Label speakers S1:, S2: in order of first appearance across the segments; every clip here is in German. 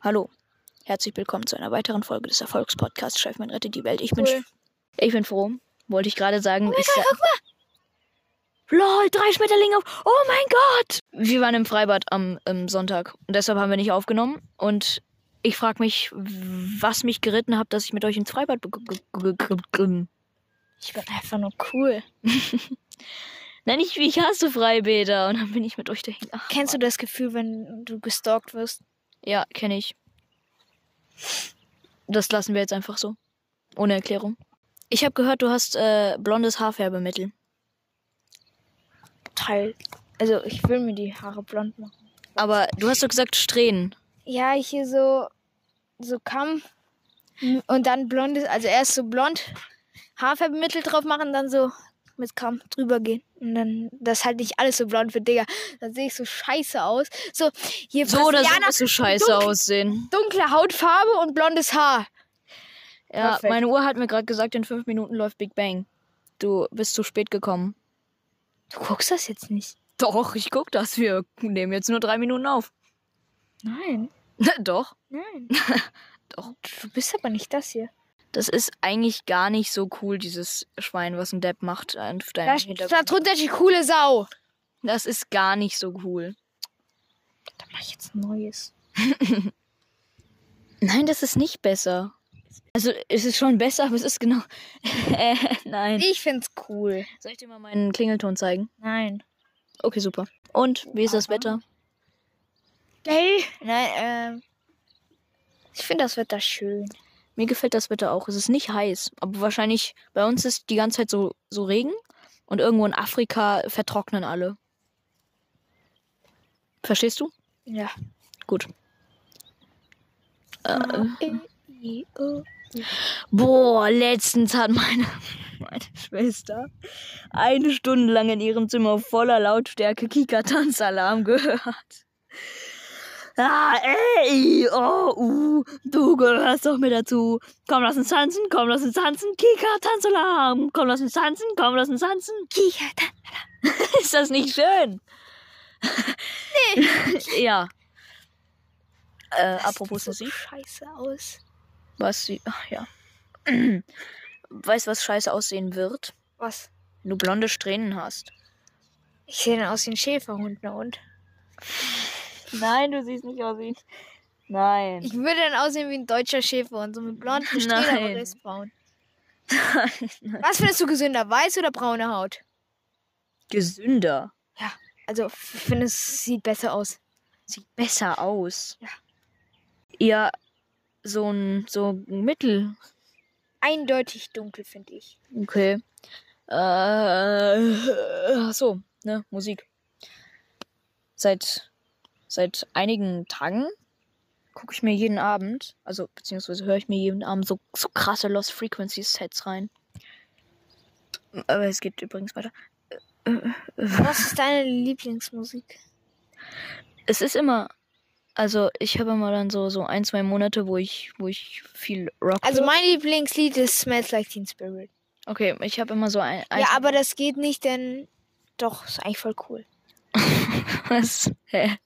S1: Hallo, herzlich willkommen zu einer weiteren Folge des Erfolgspodcasts Chefman rettet die Welt. Ich bin,
S2: Cool. Oh
S1: Sch- ich bin froh, wollte ich gerade sagen. ich sa-
S2: Lol, drei Schmetterlinge auf. Oh mein Gott!
S1: wir waren im Freibad am ähm, Sonntag und deshalb haben wir nicht aufgenommen. Und ich frage mich, was mich geritten hat, dass ich mit euch ins Freibad be- ge- ge- ge- ge-
S2: Ich bin einfach nur cool.
S1: Nein, ich, ich hasse Freibäder. Und dann bin ich mit euch dahin. Ach,
S2: Kennst du das Gefühl, wenn du gestalkt wirst?
S1: Ja, kenne ich. Das lassen wir jetzt einfach so. Ohne Erklärung. Ich habe gehört, du hast äh, blondes Haarfärbemittel.
S2: Teil. Also, ich will mir die Haare blond machen.
S1: Aber du hast doch gesagt Strähnen.
S2: Ja, ich hier so. so Kamm. Und dann blondes. Also, erst so blond. Haarfärbemittel drauf machen, dann so mit Kamm drüber gehen. Und dann, dass halt nicht alles so blond wird, Digga. Dann sehe ich so scheiße aus. So, hier
S1: So oder so
S2: Brasilianer,
S1: wirst du scheiße
S2: dunkel.
S1: aussehen.
S2: dunkle Hautfarbe und blondes Haar.
S1: Ja,
S2: Perfekt.
S1: meine Uhr hat mir gerade gesagt, in fünf Minuten läuft Big Bang. Du bist zu spät gekommen.
S2: Du guckst das jetzt nicht.
S1: Doch, ich guck das. Wir nehmen jetzt nur drei Minuten auf.
S2: Nein.
S1: Doch.
S2: Nein.
S1: Doch.
S2: Du bist aber nicht das hier.
S1: Das ist eigentlich gar nicht so cool, dieses Schwein, was ein Depp macht auf deinem
S2: Da
S1: Hintergrund.
S2: steht drunter die coole Sau.
S1: Das ist gar nicht so cool.
S2: Da mach ich jetzt ein neues.
S1: Nein, das ist nicht besser. Also, es ist schon besser, aber es ist genau. äh, nein.
S2: Ich find's cool.
S1: Soll ich dir mal meinen Klingelton zeigen?
S2: Nein.
S1: Okay, super. Und wie ist das Wetter?
S2: Hey. Nein, ähm. Ich find das Wetter schön.
S1: Mir gefällt das Wetter auch. Es ist nicht heiß, aber wahrscheinlich bei uns ist die ganze Zeit so, so Regen und irgendwo in Afrika vertrocknen alle. Verstehst du?
S2: Ja.
S1: Gut.
S2: Ah.
S1: Äh,
S2: Wie
S1: Boah, letztens hat meine, meine Schwester eine Stunde lang in ihrem Zimmer voller Lautstärke Kika-Tanzalarm gehört. Ah, ey, oh, uh, du gehörst doch mit dazu. Komm, lass uns tanzen, komm, lass uns tanzen. Kika-Tanzalarm. Komm, lass uns tanzen, komm, lass uns tanzen. Kika-Tanzalarm. Ist das nicht schön? Nee. ja. Äh, apropos Musik.
S2: Scheiße aus.
S1: Was sie. Ach ja. Weißt du, was scheiße aussehen wird?
S2: Was?
S1: Wenn du blonde Strähnen hast.
S2: Ich sehe dann aus wie ein Schäferhund, na und?
S1: Nein, du siehst nicht aus wie. Nein.
S2: Ich würde dann aussehen wie ein deutscher Schäferhund, so mit blonden Strähnen
S1: Nein.
S2: und Rissbraun. Was findest du gesünder, weiß oder braune Haut?
S1: Gesünder.
S2: Also, f- findest es sieht besser aus.
S1: Sieht besser aus.
S2: Ja.
S1: Ja, so ein. So ein Mittel.
S2: Eindeutig dunkel, finde ich.
S1: Okay. Äh. Ach so, ne? Musik. Seit. Seit einigen Tagen gucke ich mir jeden Abend, also beziehungsweise höre ich mir jeden Abend so, so krasse Lost Frequency Sets rein. Aber es geht übrigens weiter.
S2: Was ist deine Lieblingsmusik?
S1: Es ist immer, also ich habe immer dann so, so ein, zwei Monate, wo ich, wo ich viel Rock.
S2: Also mein Lieblingslied ist Smells Like Teen Spirit.
S1: okay, ich habe immer so ein. ein
S2: Ja, aber das geht nicht, denn doch, ist eigentlich voll cool.
S1: was? Hä?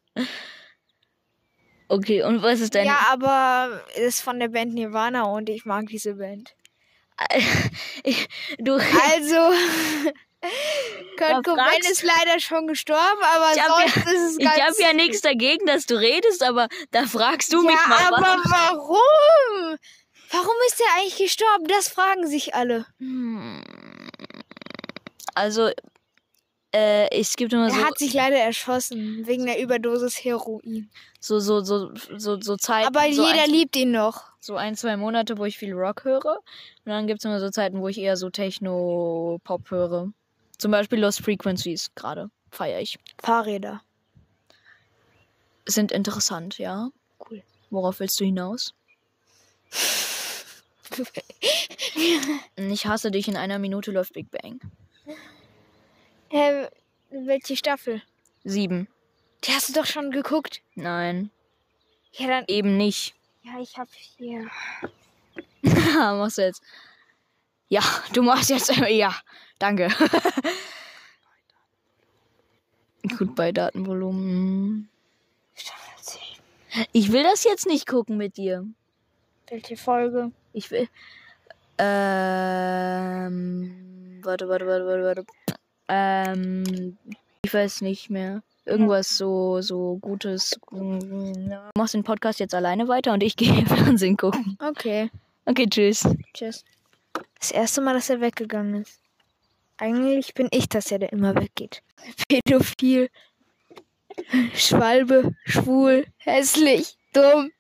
S1: Okay, und was ist dein?
S2: ja, aber es ist von der Band Nirvana und ich mag diese Band.
S1: Ich- du.
S2: Also,
S1: Da
S2: Kurt Cobain
S1: fragst-
S2: ist leider schon gestorben, aber
S1: Ich hab ja-
S2: sonst ist es
S1: Ich
S2: ganz...
S1: habe ja nichts dagegen, dass du redest, aber da fragst du
S2: ja,
S1: mich mal.
S2: aber
S1: was.
S2: warum? Warum ist er eigentlich gestorben? Das fragen sich alle.
S1: Hm. Also, äh, es gibt immer so,
S2: er hat sich leider erschossen, wegen der Überdosis Heroin.
S1: so, so, so, so, so Zeiten.
S2: Aber
S1: Halt so
S2: jeder
S1: ein,
S2: liebt ihn noch.
S1: so ein, zwei Monate, wo ich viel Rock höre. Und dann gibt es immer so Zeiten, wo ich eher so Techno-Pop höre. Zum Beispiel Lost Frequencies gerade. Feiere ich.
S2: Fahrräder.
S1: Sind interessant, ja.
S2: Cool.
S1: Worauf willst du hinaus? Ich hasse dich, in einer Minute läuft Big Bang.
S2: Hä, welche Staffel?
S1: Sieben.
S2: Die hast du doch schon geguckt.
S1: Nein,
S2: Ja, dann.
S1: eben nicht.
S2: Ja, ich hab hier.
S1: Machst du jetzt. Ja, du machst jetzt. Ja, danke. Gut bei Datenvolumen.
S2: Staffel 10.
S1: Ich will das jetzt nicht gucken mit dir.
S2: Welche Folge?
S1: Ich will. Ähm. Warte, warte, warte, warte, warte. Ähm. Ich weiß nicht mehr. Irgendwas so, so Gutes. Du machst den Podcast jetzt alleine weiter und ich gehe Fernsehen gucken.
S2: Okay,
S1: Okay, tschüss.
S2: tschüss. Das erste Mal, dass er weggegangen ist. Eigentlich bin ich das ja, der immer weggeht. Pädophil. Schwalbe. Schwul. Hässlich. Dumm.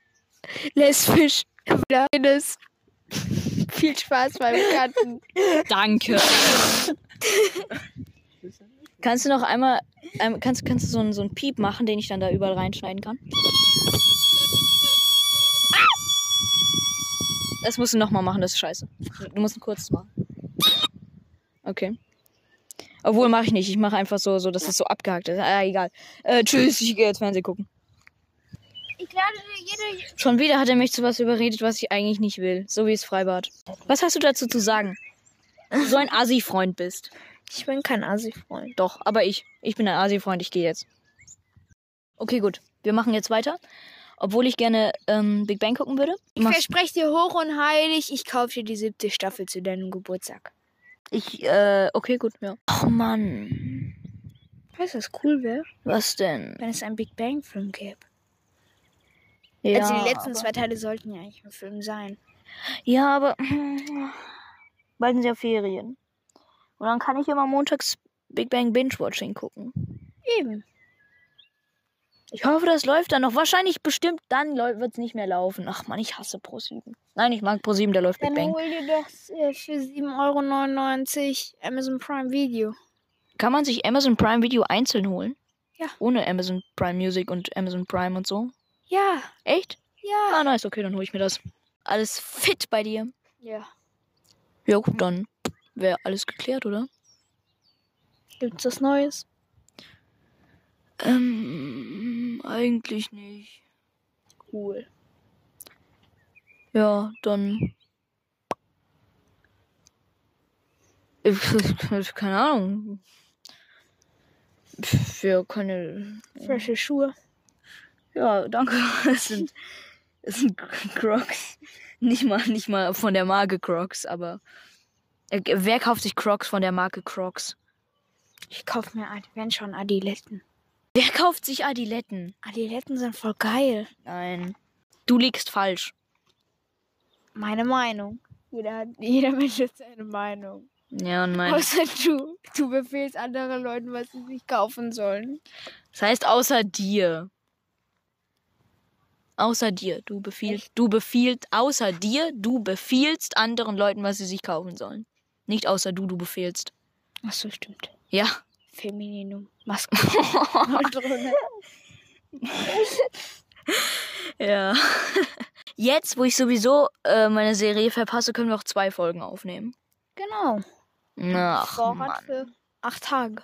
S2: Lesbisch. Beides. Viel Spaß beim Kanten.
S1: Danke. kannst du noch einmal, ähm, kannst, kannst du so einen, so einen Piep machen, den ich dann da überall reinschneiden kann? Ah! Das musst du nochmal machen, das ist scheiße. Du musst ein kurzes machen. Okay. Obwohl, mache ich nicht. Ich mache einfach so, so, dass es so abgehackt ist. Ah, egal. Äh, tschüss, ich gehe jetzt Fernsehen gucken.
S2: Ich lade jede.
S1: Schon wieder hat er mich zu was überredet, was ich eigentlich nicht will. So wie das Freibad. Was hast du dazu zu sagen? Dass Du so ein Assi-Freund bist.
S2: Ich bin kein Asi-Freund.
S1: Doch, aber ich. Ich bin ein Asi-Freund, ich gehe jetzt. Okay, gut. Wir machen jetzt weiter. Obwohl ich gerne ähm, Big Bang gucken würde.
S2: Ich
S1: Mach-
S2: verspreche dir hoch und heilig, ich kaufe dir die siebte Staffel zu deinem Geburtstag.
S1: Ich, äh, okay, gut, ja. Ach Mann.
S2: Weißt du, was cool wäre?
S1: Was denn?
S2: Wenn es einen Big Bang-Film gäbe.
S1: Ja,
S2: also die letzten
S1: aber,
S2: zwei Teile sollten ja eigentlich ein Film sein.
S1: Ja, aber. Bald sind ja Ferien. Und dann kann ich immer montags Big Bang Binge-Watching gucken.
S2: Eben.
S1: Ich hoffe, das läuft dann noch. Wahrscheinlich bestimmt dann wird es nicht mehr laufen. Ach man, ich hasse Pro7. Nein, ich mag Pro7, da läuft
S2: Dann
S1: Big Bang.
S2: hol dir doch äh, für 7,99 Euro Amazon Prime Video.
S1: Kann man sich Amazon Prime Video einzeln holen?
S2: Ja.
S1: Ohne Amazon Prime Music und Amazon Prime und so?
S2: Ja,
S1: Echt?
S2: ja.
S1: Ah, nice, okay, dann hole ich mir das. Alles fit bei dir.
S2: Ja.
S1: Ja, gut, dann wäre alles geklärt, oder?
S2: Gibt's was Neues?
S1: Ähm, eigentlich nicht.
S2: Cool.
S1: Ja, dann. Ich- Keine Ahnung. Pff, Wir können.
S2: Frische Schuhe.
S1: Ja, danke. Es sind, es sind Crocs. Nicht mal, nicht mal von der Marke Crocs, aber. Äh, Wer kauft sich Crocs von der Marke Crocs?
S2: Ich kauf mir, Ad- wenn schon, Adiletten.
S1: Wer kauft sich Adiletten?
S2: Adiletten sind voll geil.
S1: Nein. Du liegst falsch.
S2: Meine Meinung. Jeder, hat- jeder Mensch hat seine Meinung.
S1: Ja, nein.
S2: Außer du. Du befehlst anderen Leuten, was sie sich kaufen sollen.
S1: Das heißt, außer dir. Außer dir. Du befiehlst, du befiehlst, außer dir, du befiehlst anderen Leuten, was sie sich kaufen sollen. Nicht außer du, du befehlst.
S2: Ach so, stimmt.
S1: Ja.
S2: Femininum. Maske. Neutrone.
S1: Ja. Jetzt, wo ich sowieso äh, meine Serie verpasse, können wir auch zwei Folgen aufnehmen.
S2: genau.
S1: Ach,
S2: Frau hat
S1: Mann.
S2: für acht Tage.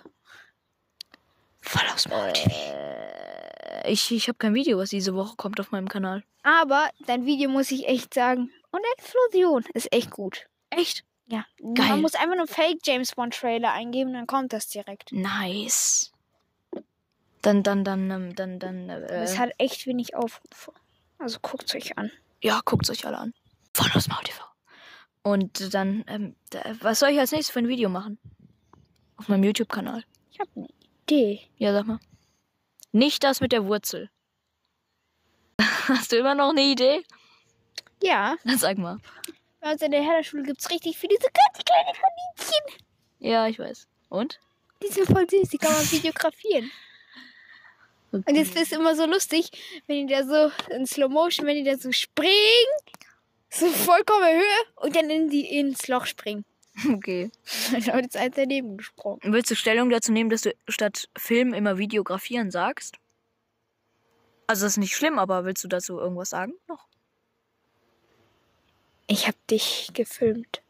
S2: Voll aus
S1: Äh, ich ich habe kein Video, was diese Woche kommt auf meinem Kanal.
S2: Aber dein Video muss ich echt sagen. Und Explosion ist echt gut.
S1: Echt?
S2: Ja.
S1: Geil.
S2: Man muss einfach nur Fake James Bond Trailer eingeben, dann kommt das direkt.
S1: Nice. Dann, dann, dann, ähm, dann, dann.
S2: Aber
S1: Äh,
S2: Es hat echt wenig Aufrufe. Also guckt euch an.
S1: ja, guckt euch alle an. Von aus Maul TV. Und dann, ähm, da, was soll ich als nächstes für ein Video machen? Auf meinem YouTube-Kanal.
S2: Ich habe eine Idee.
S1: Ja, sag mal. Nicht das mit der Wurzel. Hast du immer noch eine Idee?
S2: Ja.
S1: Dann sag mal.
S2: Bei uns in der Herderschule gibt es richtig viele so ganz kleine Kaninchen.
S1: Ja, ich weiß. Und?
S2: Die sind voll süß, die kann man videografieren. Und jetzt ist es immer so lustig, wenn die da so in Slow Motion, wenn die da so springen, so vollkommen Höhe und dann in die, ins Loch springen.
S1: Okay.
S2: Und dann ist eins daneben gesprungen.
S1: Willst du Stellung dazu nehmen, dass du statt Film immer Videografieren sagst? Also, das ist nicht schlimm, aber willst du dazu irgendwas sagen noch?
S2: Ich hab dich gefilmt.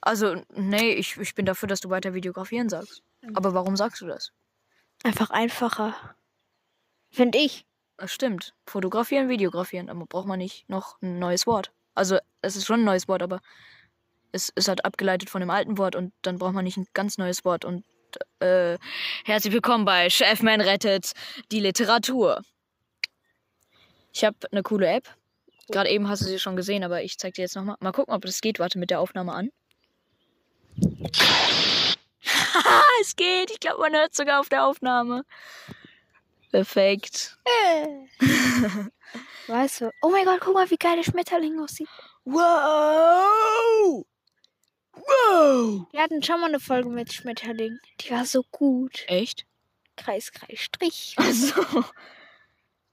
S1: Also, nee, ich, ich bin dafür, dass du weiter Videografieren sagst. Aber warum sagst du das?
S2: Einfach einfacher. Find ich.
S1: Das Ah, stimmt. Fotografieren, Videografieren, aber braucht man nicht noch ein neues Wort. Also, es ist schon ein neues Wort, aber es ist halt abgeleitet von dem alten Wort und dann braucht man nicht ein ganz neues Wort. Und äh, herzlich willkommen bei Chefman rettet die Literatur. Ich habe eine coole App. Gerade eben hast du sie schon gesehen, aber ich zeig dir jetzt nochmal. Mal gucken, ob das geht. Warte mit der Aufnahme an. Haha, es geht. Ich glaube, man hört sogar auf der Aufnahme. Perfekt.
S2: Äh. Weißt du? Oh mein Gott, guck mal, wie geil der Schmetterling aussieht.
S1: Wow! Wow!
S2: Wir hatten schon mal eine Folge mit Schmetterling. Die war so gut.
S1: Echt?
S2: Kreis, Kreis, Strich.
S1: Also,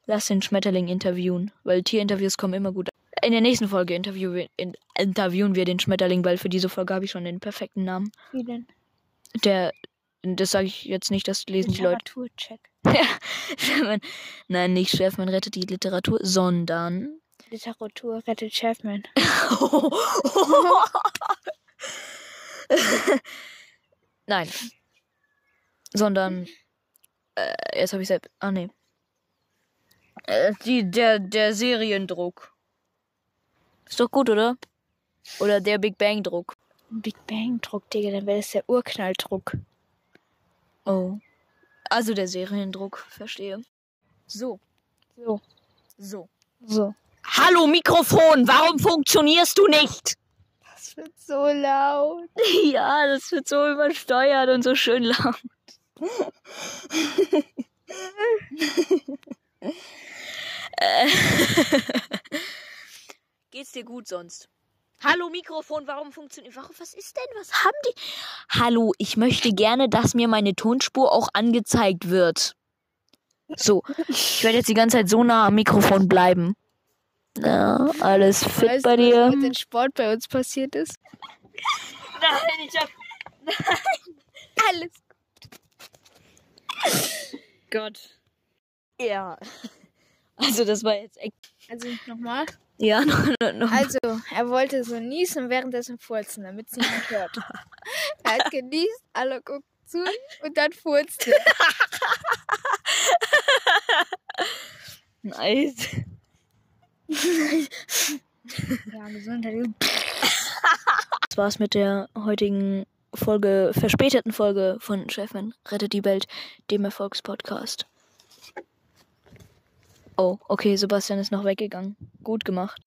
S1: lass den Schmetterling interviewen, weil Tierinterviews kommen immer gut. an. In der nächsten Folge interviewen wir, in, interviewen wir den Schmetterling, weil für diese Folge habe ich schon den perfekten Namen.
S2: Wie denn?
S1: Der, das sage ich jetzt nicht, das lesen die Leute.
S2: Literaturcheck.
S1: Chefmann- Nein, nicht Chef, man rettet die Literatur, sondern.
S2: Literatur rettet Chefman.
S1: Nein. Sondern. Äh, jetzt habe ich selbst. Ah, nee. Äh, die, der, der Seriendruck. Ist doch gut, oder? Oder der Big Bang Druck.
S2: Big Bang Druck, Digga, dann wäre das der Urknalldruck.
S1: Oh. Also der Seriendruck, verstehe. So,
S2: So,
S1: so.
S2: so.
S1: Hallo Mikrofon, warum funktionierst du nicht?
S2: Das wird so laut.
S1: Ja, das wird so übersteuert und so schön laut. Äh, Geht's dir gut sonst? Hallo Mikrofon, warum funktioniert? Warum? Was ist denn? Was haben die? Hallo, ich möchte gerne, dass mir meine Tonspur auch angezeigt wird. So, ich werde jetzt die ganze Zeit so nah am Mikrofon bleiben. Na, alles fit
S2: weißt
S1: bei
S2: du,
S1: dir?
S2: Was mit dem Sport bei uns passiert ist?
S1: Nein, ich hab
S2: Alles.
S1: Gott. Ja. Also das war jetzt echt.
S2: Also nochmal.
S1: Ja, noch, noch, noch.
S2: Also, er wollte so niesen und währenddessen furzen, damit es niemand hört. Er hat genießt, alle gucken zu und dann furzt er.
S1: nice.
S2: Ja, Gesundheit.
S1: Das war's mit der heutigen Folge, verspäteten Folge von Chefman Rettet die Welt, dem Erfolgspodcast. Oh, okay, Sebastian ist noch weggegangen. Gut gemacht.